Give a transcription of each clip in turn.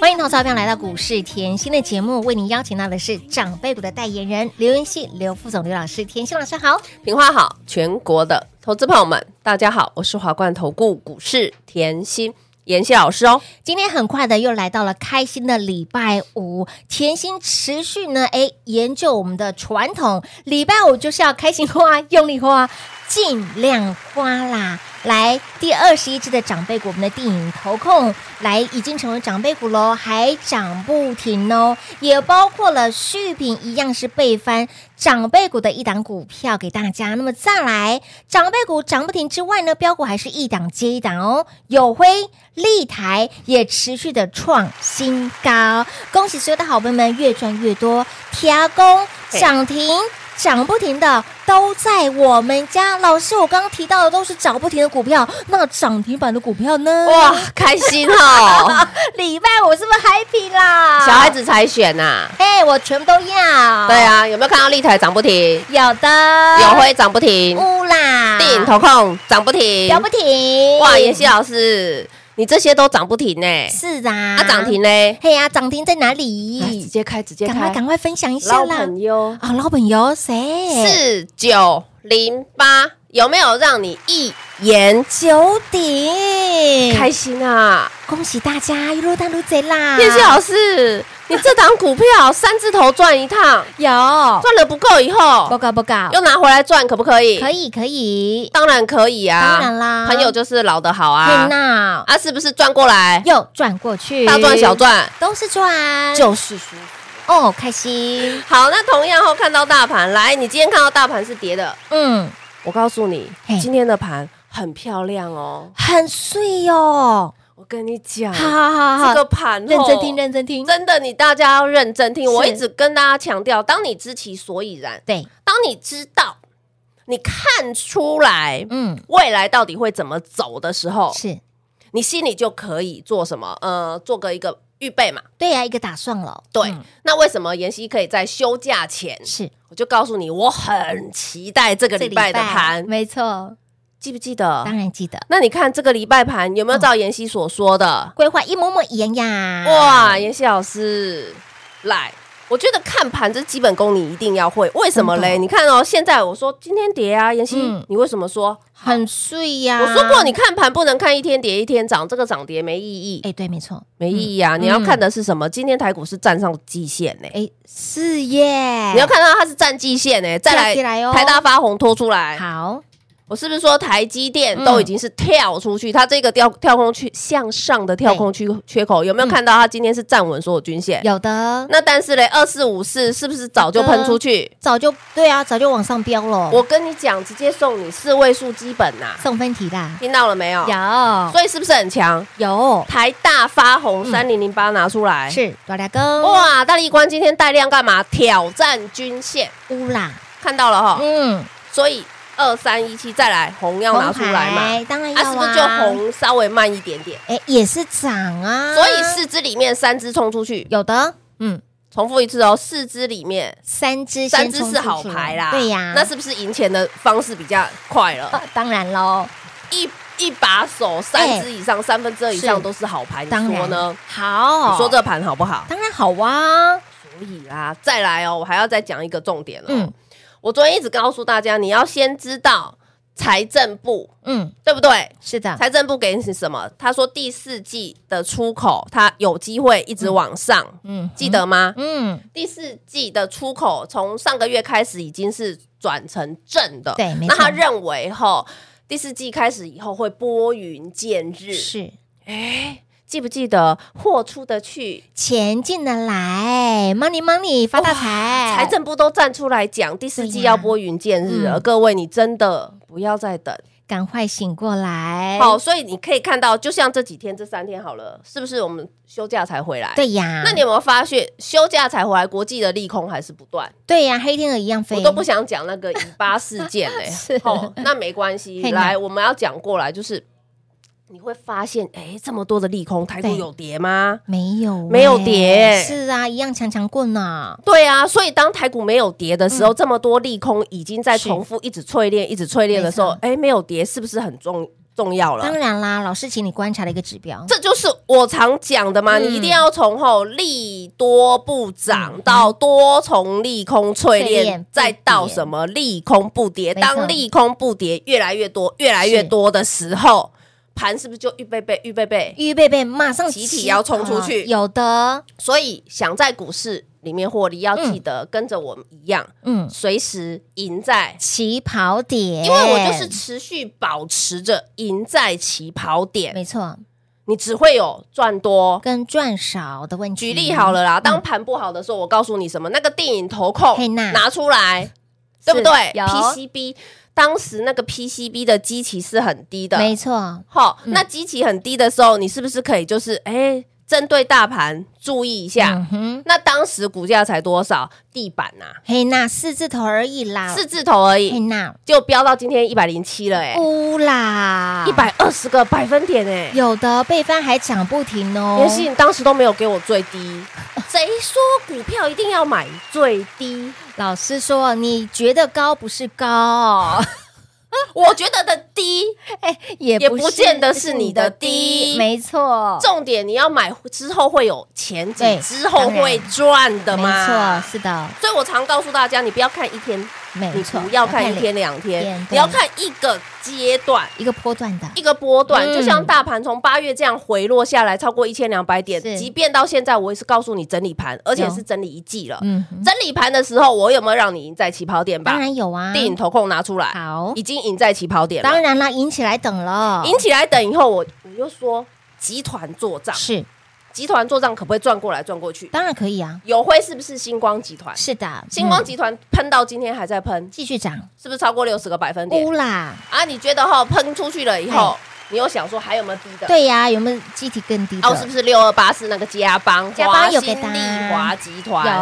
欢迎投资者朋友来到股市甜心的节目，为您邀请到的是长辈股的代言人刘云熙、刘副总、刘老师。甜心老师好，平花好，全国的投资朋友们，大家好，我是华冠投顾股市甜心妍希老师哦。今天很快的又来到了开心的礼拜五，甜心持续呢，哎，研究我们的传统，礼拜五就是要开心花、用力花、尽量花啦。来，第二十一只的长辈股，我们的电影投控来已经成为长辈股喽，还涨不停哦，也包括了续品一样是被翻长辈股的一档股票给大家。那么再来，长辈股涨不停之外呢，标股还是一档接一档哦，友辉、立台也持续的创新高，恭喜所有的好朋友们越赚越多，铁工对涨停。涨不停的都在我们家。老师，我刚刚提到的都是涨不停的股票，那涨停板的股票呢？哇，，开心 哦！礼拜五是不是 happy 啦？小孩，子才选呐、嘿，我全部都要。对，啊，有没有看到立台涨不停？有的，友辉涨不停，乌啦，电影投控嗯涨不停，涨不停。哇，妍希老师，你这些都涨不停呢、是啊，啊，涨。停嘞！嘿呀、涨停在哪来直里？接开，直接赶快开，赶快分享一下老啦！朋友，哎啊，老本油谁？四九零八有没有让你一言九鼎，开心啊？恭喜大家一路大路贼啦！叶希老师，你这档股票三字头赚一趟，有赚了不够以报后告报告，又拿回来赚，可不可以？可以，以可以，当然可以啊，当然啦朋友就是老的好啊天，哪，啊，是不是赚过来？又转过去，大赚小赚都是赚，就是舒服。哦开心，好，那同样哦后看到大盘，来，你今天看到大盘是跌的，嗯，我告诉你嘿，今天的盘很漂亮哦。很碎哦，我跟你讲，好好好好，这个盘哦认真听认真听，真的，你大家要认真听。是我一直跟大家强调，当你知其所以然，对，当你知道，你看出来嗯未来到底会怎么走的时候，是你心里就可以做什么？呃，做个一个预备嘛。对啊呀，一个打算了，对，嗯那为什么妍希可以在休假前，是我就告诉你，我很期待这个礼拜的盘，哦没错，记不记得当？然嗯记得那你看这个礼拜盘有没有照妍希所说的？规划一模模一样呀，，哇，妍希老师，来。我觉得看盘这基本功你一定要会，为什么嘞？真的你看哦，现在我说今天跌啊，妍希，嗯你为什么说很碎呀，我说过，你，看盘不能看一天跌一天涨，这个涨跌没意义，哎对，没错，没意义啊！你要看的是什么？今天台股是站上季线呢、哎是耶，你要看到它是站季线呢、再跳起来来哦台大发红拖出来，好，我是不是说台积电嗯都已经是跳出去？它这个跳跳空区向上的跳空区缺口有没有嗯看到？它今天是站稳所有均线。有的。那但是嘞，二四五四是不是早就喷出去？早就对啊，早就往上飙了。我跟你讲，直接送你四位数基本呐、送分题啦，听到了没有？有哦所以是不是很强？有台大发红嗯三零零八拿出来，是多俩根哇哇，大力光今天带量干嘛？挑战均线，乌啦，看到了哈，嗯，所以二三一七再来红哦要拿出来嘛，红牌当然啊要是不是就？红稍微慢一点点？哎，也是涨啊，所以四只里面三只冲出去，有的，嗯，重复一次哦，四只里面三只三先只冲是出好去牌啦，对呀，那是不是赢钱的方式比较快了？啊当然喽，一一把手三只以上，三分之二以上哎是都是好牌，你当说然呢？好，你说这盘好不好？当然好啊，所以啦，再来哦，我还要再讲一个重点哦。嗯我昨天一直告诉大家，你要先知道财政部，嗯，对不对？是的，财政部给你什么？他说第四季的出口，它有机会一直往上，嗯，记得吗？嗯，第四季的出口从上个月开始已经是转成正的，对没错那他认为哈，第四季开始以后会拨云见嗯，日，是哎，记不记得货出得去？钱进得来，money money 发大财，财政部都站出来讲，第四哎对季呀要拨云见日了。嗯各位，你真的不要再等，赶快醒过来。好，，所以你可以看到，就像这几天这三天好了，是不是我们休假才回来？。对呀，那你有没有发现，休假才回来，国际的利空还是不断？对呀，黑天鹅一样飞，我都不想讲那个以巴事件 嘞、是哦，那没关系嘿，呐来，我们要讲过来，就是你会发现，哎、这么多的利空，台股对有跌吗？没有没有欸跌是啊，一样强强棍呐。对啊，所以当台股没有跌的时候，这么多利空已经在嗯是重复一直淬炼、一直淬炼的时候没错，哎，没有跌是不是很重重要了当？然啦，老师请你观察的一个指标，这就是我常讲的嘛，嗯你一定要从后利多不涨到多重利空淬淬炼炼不，再到跌什么利空不跌。没错当利空不跌越来越多、越来越是多的时候，盘是不是就预备备、预备备？预备备马上集体要冲出去啊有的，所以想在股市里面获利，要记得跟着我们一样，嗯，随时赢在起跑点，因为我就是持续保持着赢在起跑点，没错，你只会有赚多。跟赚少的问题。举例好，了啦，当盘不好的时候，我告诉你什么，那个电影投控嗯嘿呐拿出来，对不对有？PCB 当时那个 PCB 的基期是很低的，没嗯错，好，那基期很低的时候，你是不是可以就是哎，针对大盘注意一下？嗯哼，那当时股价才多少？地板呐，嘿那四字头而已啦，四字头而啊嘿已，那就飙到今天一百零七了，哎，乌啦，一百二十个百分点哎、有的被翻还涨不停哦，也是你当时都没有给我最低，谁说股票一定要买最低？老师说你觉得高不是高， 哎我觉得的低，也也是不见得是你的低没错，重点你要买之后会有钱对进，之后会赚的没嘛。错，是的，所以我常告诉大家，你不要看一天，没你错，不要看一天两两天天，你要看一个阶段。一个波段的，一个波段，嗯就像大盘从八月这样回落下来超过一千两百点是，即便到现在，我也是告诉你整理盘，而且有是整理一季了。嗯，整理盘的时候，我有没有让你赢在起跑点吧？当然有啊，电影投控拿出来，好已经赢在起跑点了。当然啦，赢起来等了，赢起来，等以后我我又说集团做账，是集团做账可不可以转过来转过去？当然可以啊，友辉是不是星光集团？是的，星光嗯集团喷到今天还在喷，继续涨，是不是超过六十个百分乌点啦，啊？你觉得哈喷出去了以后，你又想说还有没有低的？哎对呀，有没有集体更低哦，是的？不是六二八是那个加邦？加邦有华兴给答利华集团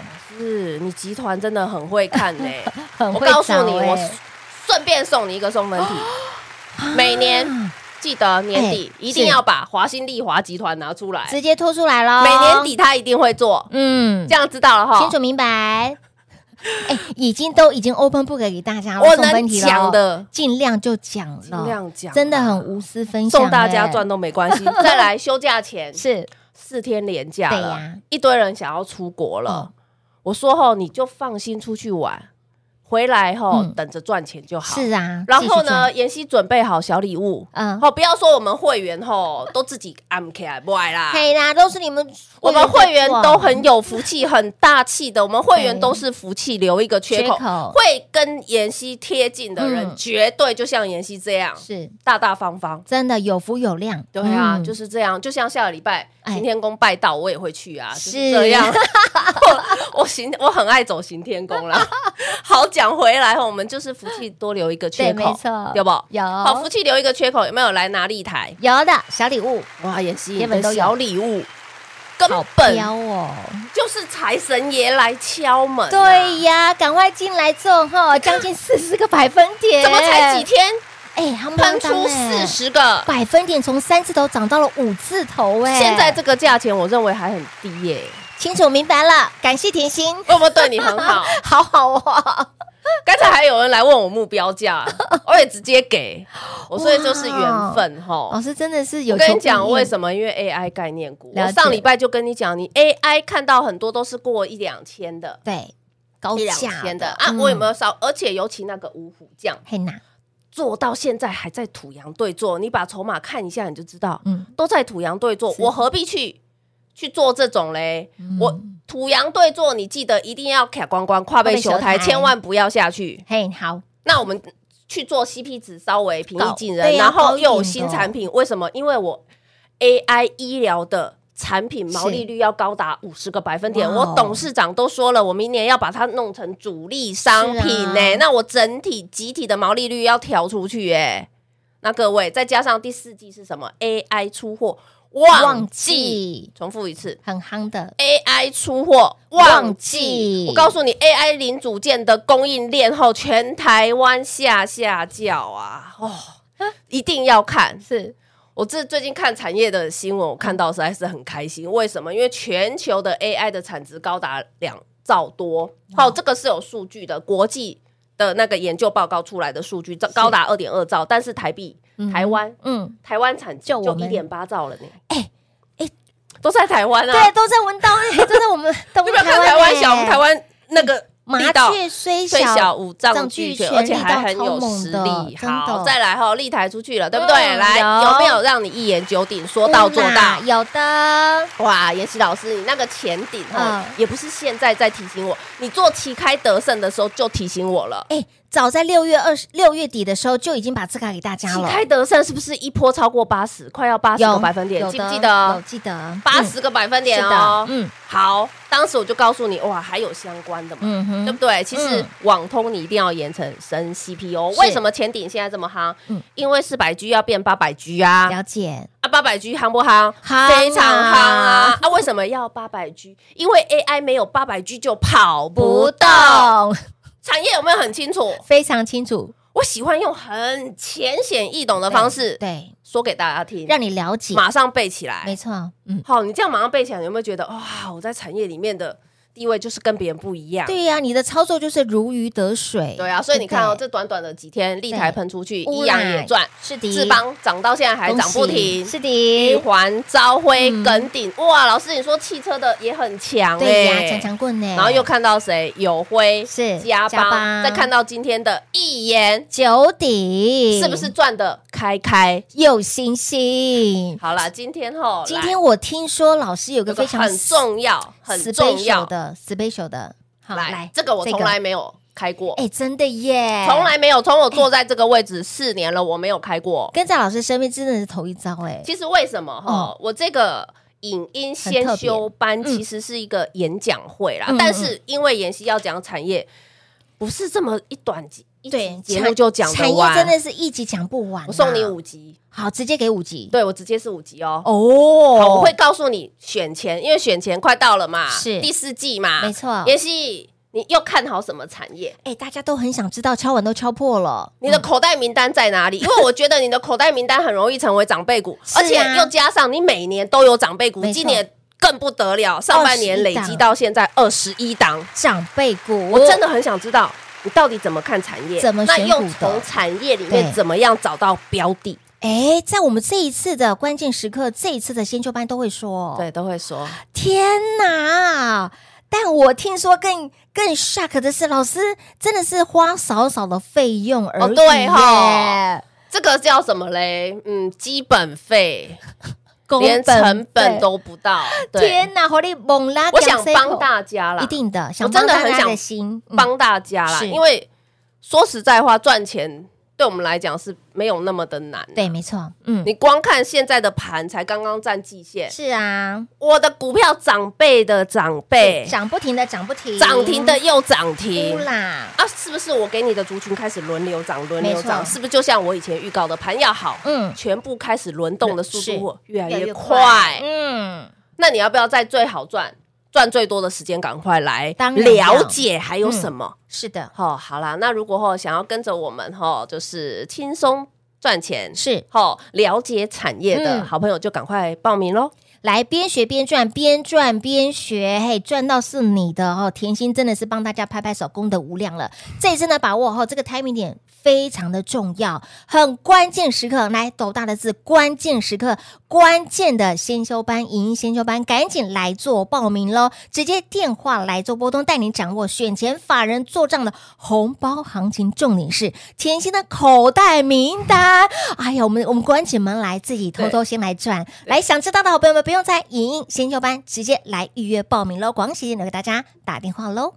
有，是，你集团真的很会看呢、 很我会告诉涨你，我欸啊顺便送你一个送分题。每年记得年底哎一定是要把华新丽华集团拿出来，直接拖出来了，哎每年，底他一定会做，嗯这，样哦知道了哈清。楚明白。 哎，已经都已经 open book 给大家了，我送分能题了讲的尽量就讲了，尽量讲啊真的很无私分享，送大家哎赚都没关 系。再来，休假前是四天连假对了呀，哦一堆人想要出国了。我说吼，你就放心出去玩，回来吼嗯等着赚钱就好。是啊，然继续后呢，赚，妍希准备好小礼物。嗯，哦，不要说我们会员 吼都自己按起来不来啦，可以啦，都是你们啊我们会员都做很有福气，很大气的。我们会员对都是福气留一个缺口，缺口会跟妍希贴近的人，嗯绝对就像妍希这样是大大方方。真的有福有量，对啊，嗯就是这样。就像下个礼拜哎行天宫拜道，我也会去啊，就是是这样。 我我行，我很爱走行天 宫啦。好，讲回来，我们就是福气多留一个缺对，口，没错，对不？有好，福气留一个缺口，有没有来拿立台？有的小礼物，哇，妍希，基你本的都有小礼物根好本标哦，就是财神爷来敲门、啊对，呀，赶快进来做哈，将近四十个百分点，哎怎么才几？天哎，他们喷出四十个？百分点，从三字头涨到了五字头，哎，现在这个价钱，我认为还很低耶、清楚明白了，感谢甜心，会不会对你很 好？啊好好哦，刚才还有人来问我目标 价，我也直接给。我说这就是缘分老哈。师真的哦是有我求跟你必讲应为什么？因为 AI 概念股，了我解上礼拜就跟你讲，你 AI 看到很多都是过一两千的，对高一两价嗯千的啊，我有没有少？而且尤其那个五虎将嘿娜，做到现在还在土洋对坐，你把筹码看一下你就知道，嗯，都在土洋对坐，是我何必去去做这种嘞？我嗯土洋对坐，你记得一定要卡关关跨背球跨背台，球台千万不要下去。嘿好，那我们去做 CP 值稍微平易近高对人，呀然后又高一有点的新产品，为什么？因为我 AI 医疗的产品毛利率要高达五十个百分点。哇哦我董事长都说了，我明年要把它弄成主力商品呢、是啊那我整体集体的毛利率要调出去哎、那各位再加上第四季是什么 AI 出货旺旺季，季重复一次。很夯的， AI 出货旺旺季季，我告诉你，AI 零组件的供应链后，全台湾下下叫啊！哦，一定要看。是我这最近看产业的新闻，我看到实在是很开心。为什么？因为全球的 AI 的产值高达两兆多，好、这个是有数据的，国际的那个研究报告出来的数据，这高达二点二兆，但是台币、台湾嗯，台湾产值就我就们一点八兆了呢。哎哎都在台湾啊，对，都在文刀，哎都在我们东 有没有看台湾小？我们台湾那个欸麻力道雀虽虽小小，五脏藏俱俱全，全而且还力很道有超实猛力。的真好，的再来哈，立台出去了，对不对？嗯来，有有没有让你一言九鼎，说到做嗯到啦？有的，哇，妍希老师，你那个前顶哈嗯，也不是现在在提醒我，你做旗开得胜的时候就提醒我了。哎，早在六月二十六月底的时候就已经把字卡给大家旗了，开得胜是不是一波超过八十，快要八十有个百分点？有记不的记有得？记得八十个百分点哦。嗯是的嗯好，当时我就告诉你，哇，还有相关的嘛。嗯对哼，不对？其实嗯网通你一定要延成升 CPU，是为什么前顶现在这么夯？嗯因为四百 G 要变八百 G 啊，了解，啊八百 G 夯不夯？夯啊非常夯啊！啊，为什么要八百 G？因为 AI 没有八百 G 就跑不动。懂，产业有没有很清楚？非常清楚我喜欢用很浅显易懂的方式对，说给大家听，让你了解，马上背起来没。错，嗯，好，你这样马上背起来，你有没有觉得哇，我在产业里面的地位就是跟别人不一样？对呀，你的操作就是如鱼得水，对啊，所以你看哦，对这短短的几天，立台喷出去，不对一阳也赚，是的，志邦涨到现在还恭涨不喜停，是玉的，环、朝晖嗯、耿鼎，哇，老师你说汽车的也很强对呀，哎，强强棍呢，然后又看到谁？友辉是加加邦，邦再看到今天的一言，九底，是不是赚的开开？有星星？好啦，今天吼，今来天我听说老师有有个个非常很重要、很重 special 要，的 special 的，好来，这个我从来没有开过哎、，真的耶，从来没有，从我坐在这个位置四年了，我没有开过。跟在老师身边真的是头一遭哎、其实为什么哈、我这个影音先修班其实是一个演讲会啦，嗯但是因为妍希要讲产业，不是这么一短集一集对节目就讲产得业完。真的是一集讲不完、啊我送你，五集，好，直接给五集。对我直接是五集哦。好哦我会告诉你选前，因为选前快到了嘛，是第四季嘛，没错妍希，你又看好什么产业？哎、大家都很想知道，敲碗都敲破了，哦你的口袋名单在哪里？因为我觉得你的口袋名单很容易成为长 辈股，嗯是啊而且又加上你每年都有长辈股没，错今年更不得了，上半年累积到现在二十一档，长辈股，我真的很想知道你到底怎么看产业，怎么那选又股的从产业里面对怎么样找到标的？哎、在我们这一次的关键时刻，这一次的先修班都会说，，哦都会说天哪！但我听说更更 shock 的是，老师真的是花少少的费用而已、哦对哈吼，这个叫什么嘞？嗯，基本费工连费成本都不到。对，天哪，火力猛拉！我想两 C 帮口大家啦，一定的，想我真的帮大很家想的心嗯帮大家啦，是因为说实在话，赚钱对我们来讲是没有那么的难。对，，没错，嗯，你光看现在的盘，才刚刚占季线，是啊，哎我的股票长辈的长辈，涨不停的，涨不停，涨停的又涨哭停。啦，啊，是不是我给你的族群开始轮流涨，轮流没涨？错是不是就像我以前预告的，盘要好，嗯，全部开始轮动的速是度越来越越来快？嗯，那你要不要在最好赚、赚最多的时间赶快来当然要了解还有什么？是的，哦，好啦，那如果吼想要跟着我们吼，就是轻松赚钱，是吼了解产业的嗯好朋友就赶快报名喽。来边学边赚，边赚边学，嘿，赚到是你的哦。甜心真的是帮大家拍拍手，功德无量了。这一次呢，把握哦，这个 timing 点非常的重要，很关键时刻。来，斗大的字，关键时刻，关键的先修班，影音先修班，赶紧来做报名喽！直接电话来做拨通，带你掌握选前法人做账的红包行情。重点是甜心的口袋名单。哎呀，我们我们关起门来自己偷偷先来赚。来，想知道的好朋友们，不用在影音先修班，直接来预约报名喽！广喜留给大家打电话喽。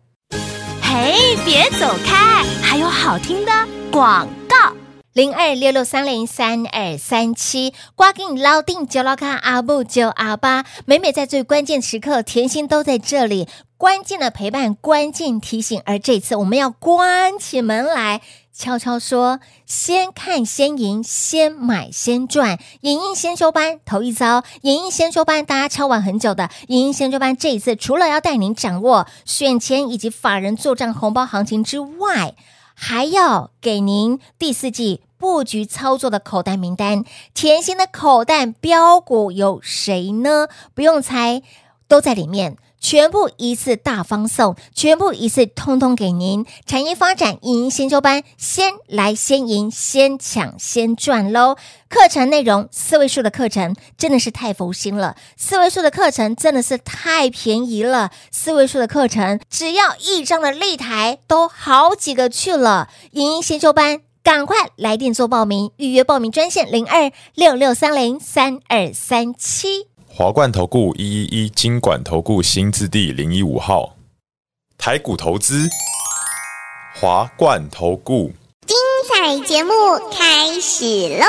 嘿，别走开，还有好听的广告。零二六六三零三二三七，瓜给你捞定九捞卡阿布九阿巴，每每在最关键时刻，甜心都在这里。关键的陪伴，关键提醒，而这次我们要关起门来。悄悄说，先看先赢，先买先赚。影音先修班头一遭，影音先修班大家敲碗很久的，影音先修班这一次除了要带您掌握选前以及法人做账红包行情之外，还要给您第四季布局操作的口袋名单。甜心的口袋标股有谁呢？不用猜，都在里面。全部一次大方送，全部一次通通给您。产业发展影音先修班，先来先赢，先抢先赚喽！课程内容四位数的课程真的是太佛心了，四位数的课程真的是太便宜了，四位数的课程只要一张的擂台都好几个去了。影音先修班。赶快来电做报名，预约报名专线零二六六三零三二三七。华冠投顾一一一金管投顾新字第零一五号，台股投资，华冠投顾。彩节目开始喽！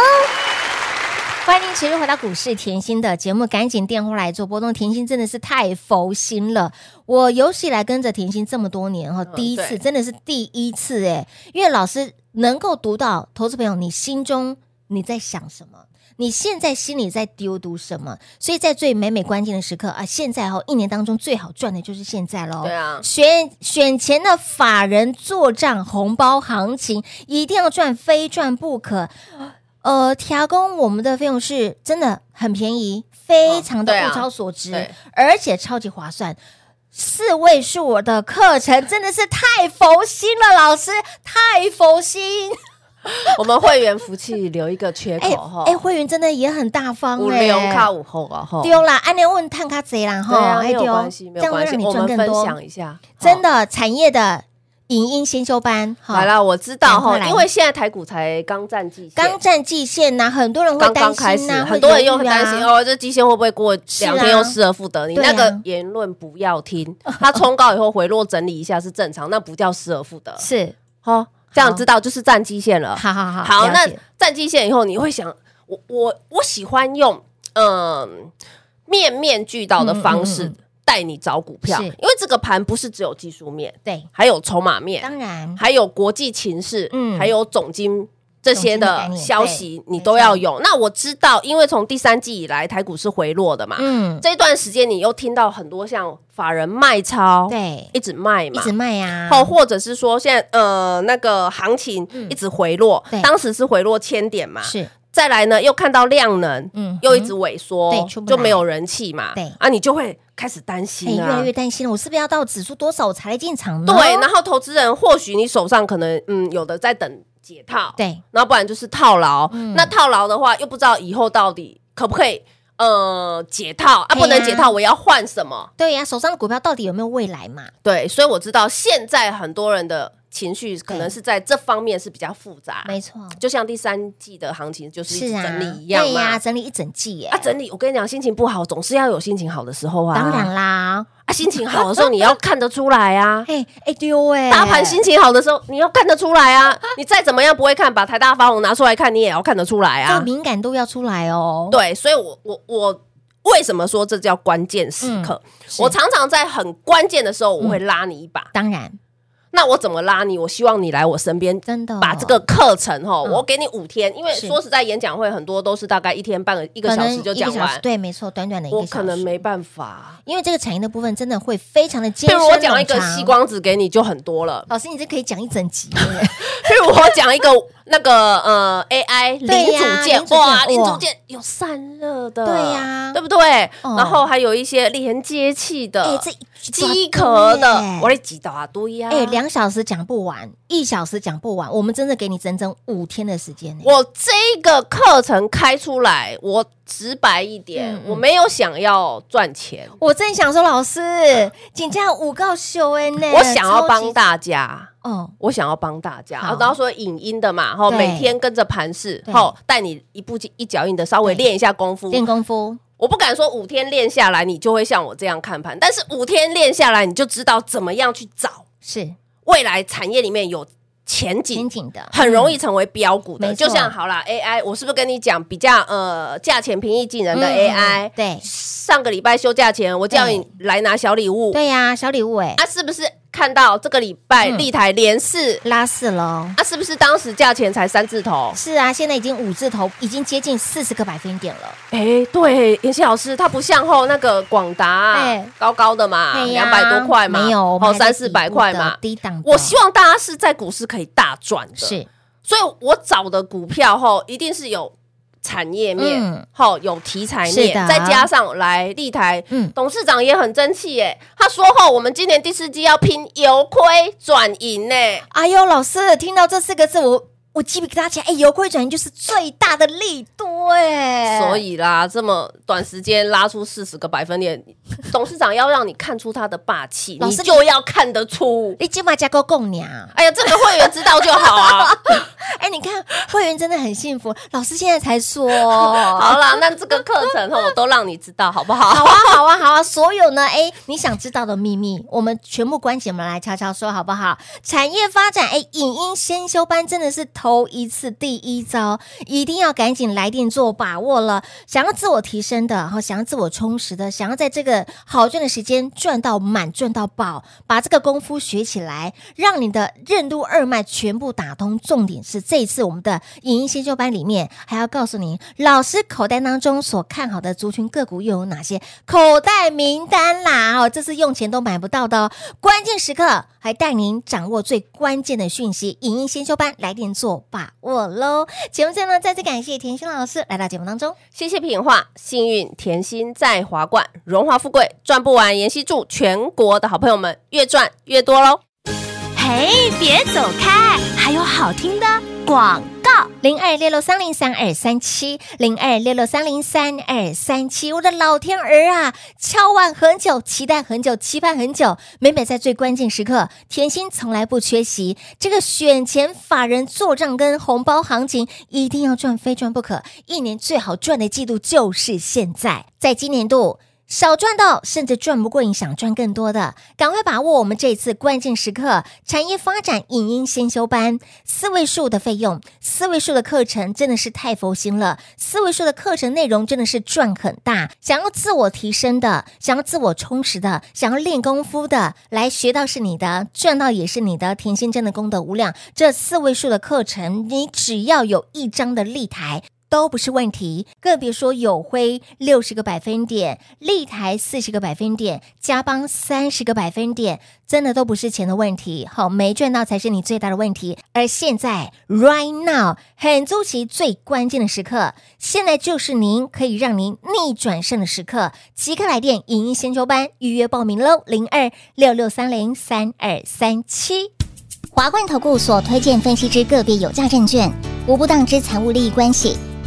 欢迎您持续回到股市甜心的节目，赶紧电话来做波动。甜心真的是太佛心了，我有史以来跟着甜心这么多年哈，第一次、嗯对真的是第一次哎，因为老师能够读到投资朋友你心中你在想什么。你现在心里在丢丢什么？所以在最每每关键的时刻啊，现在哦，一年当中最好赚的就是现在喽。对啊选选前的法人做账红包行情，一定要赚，非赚不可。呃，调工我们的费用是真的很便宜，非常的对啊物超所值，对而且超级划算。四位数的课程真的是太佛心了，老师太佛心。我们会员福气留一个缺哎口哈，哎，会员真的也很大方五哎、六靠五后啊哈，丢啦，安利问探卡贼啦对啊，哈，哎没有丢关系，没这有样会关系，让你我赚更们分多享。一下，真的，产业的影音先修班，好。哈来，啦，我知赶道快哈，来因为现在台股才刚占季线，刚站季线呐，很多人会刚担刚开心始呐，，很多人会又很犹豫啊担心哦，这基线会不会过两是啊天又失而复得？你对啊那个言论不要听，它冲高以后回落整理一下是正常，那不叫失而复得。是，哦，这样知道就是站基线了。好好好，好，了那解站基线以后，你会想，我我我喜欢用嗯面面俱到的方嗯嗯式嗯带你找股票，是因为这个盘不是只有技术面，对，还有筹码面，当然还有国际情势，嗯嗯，还有总金这总些经的概的念消息，对你都要有。那我知道，因为从第三季以来，台股是回落的嘛，嗯，这一段时间你又听到很多像法人卖超，，对，一直卖一嘛直。卖啊呀，哦，或者是说现在呃那个行情一直回落，嗯对当时是回落千点嘛，是，再来呢又看到量能，嗯又一直萎缩，对出不来就没有人气嘛，对啊，你就会开始担哎，心越啊，来越担心了，我是不是要到指数多少我才来进场呢？对，然后投资人或许你手上可能嗯有的在等解套，，对，然后不然就是套牢。嗯那套牢的话，又不知道以后到底可不可以呃解套啊？哎对呀不能解套，我要换什么？对呀，手上的股票到底有没有未来嘛？对，所以我知道现在很多人的情绪可能是在这方面是比较复杂，没错，就像第三季的行情就是一是直啊，啊整理一样对嘛。呀，整理一整季耶啊，，整理！我跟你讲，心情不好总是要有心情好的时候啊。当然啦，啊，心情好的时候你要看得出来啊。哎哎丢 哎，大盘心情好的时候，你要看得出来啊！你再怎么样不会看，把台大发红拿出来看，你也要看得出来这个啊！敏感度要出来哦。对，所以我我我为什么说这叫关键时刻？嗯是嗯我常常在很关键的时候，我会拉你一把。当然那我怎么拉你？我希望你来我身边。真的哦嗯把这个课程哈，我给你五天，因为是说实在，演讲会很多都是大概一天半个一一个小时就讲完，对，没错，短短的一个我小时，可能没办法。因为这个产业的部分真的会非常的艰譬深。如我讲一个冗长吸，光子给你就很多了，老师你这可以讲一整集，譬如我 讲一个那个呃 AI 零对呀组零件，组件哇哇，零组件有散热的，对呀对不对？哦然后还有一些连接器哎的，这机呃壳的，我我的几啊大堆呀，哎两小时讲不完，一小时讲不完，我们真的给你整整五天的时间呢。我这个课程开出来，我直白一嗯点，嗯我没有想要赚钱，我正想说，老师，请假五告修哎呢，我想要超帮级大家。哦，我想要帮大家，好啊然后说影音的嘛，哈，对每天跟着盘势，对哈，带你一步一脚印的稍微对练一下功夫，练功夫，我不敢说五天练下来你就会像我这样看盘，但是五天练下来你就知道怎么样去找是未来产业里面有前景前景的，嗯很容易成为标股的。没错就像好啦 AI，我是不是跟你讲比较呃价钱平易近人的嗯 AI？、对上个礼拜休假前，我叫对你来拿小礼物，对呀，小礼物哎，啊，是不是看到这个礼拜嗯立台连四？拉四喽。啊，是不是当时价钱才三字头？是啊，现在已经五字头，已经接近四十个百分点了。哎，对，妍希老师，它不像后那个广达哎高高的嘛，对呀两百多块嘛，没有，我们哦，还在三四百块底部嘛。的低档的。我希望大家是在股市可以大赚的，，是所以我找的股票后一定是有产业面嗯，后有题材是面，的再加上来立台，嗯董事长也很争气耶，他说后我们今年第四季要拼由亏转盈呢，哎呦，老师听到这四个字，我我鸡皮疙瘩起来。哎，油亏转移就是最大的利多哎，所以啦，这么短时间拉出四十个百分点， 董事长要让你看出他的霸气，老你师就要看得出。你金马加购供娘。哎呀，这个会员知道就好啊。哎，你看会员真的很幸福，老师现在才 说。好啦，那这个课程哦，我都让你知道好不好好？啊，好啊，好啊！所有呢，哎，你想知道的秘密，我们全部关起门来悄悄说，好不好？产业发展，哎，影音先修班真的是头一次第一招，一定要赶紧来电做把握了。想要自我提升的，然后想要自我充实的，想要在这个好赚的时间赚到满、赚到爆，把这个功夫学起来，让你的任督二脉全部打通。重点是这一次我们的影音先修班里面，还要告诉您老师口袋当中所看好的族群个股又有哪些口袋名单啦！哦，这次用钱都买不到的哦，关键时刻还带您掌握最关键的讯息。影音先修班来电做把握喽！节目最后呢，再次感谢甜心老师来到节目当中。谢谢品画，幸运甜心在华冠，荣华富贵赚不完。妍希祝全国的好朋友们越赚越多喽！嘿，别走开，还有好听的广告。零二六六三零三二三七，零二六六三零三二三七，我的老天儿啊！敲碗很久，期待很久，期盼很久，每每在最关键时刻，甜心从来不缺席。这个选前法人做账跟红包行情，一定要赚，非赚不可。一年最好赚的季度就是现在，在今年度。少赚到，甚至赚不过瘾，想赚更多的，赶快把握我们这次关键时刻！产业发展影音先修班，四位数的费用，四位数的课程真的是太佛心了，四位数的课程内容真的是赚很大。想要自我提升的，想要自我充实的，想要练功夫的，来学到是你的，赚到也是你的。甜心真的功德无量，这四位数的课程，你只要有一张的立台，都不是问题，更别说友辉六十个百分点，立台四十个百分点，加邦三十个百分点，真的都不是钱的问题。好，没赚到才是你最大的问题。而现在，right now，很周期最关键的时刻，现在就是您可以让您逆转胜的时刻，即刻来电影音先修班预约报名喽，零二六六三零三二三七。华冠投顾所推荐分析之个别有价证券，无不当之财务利益关系。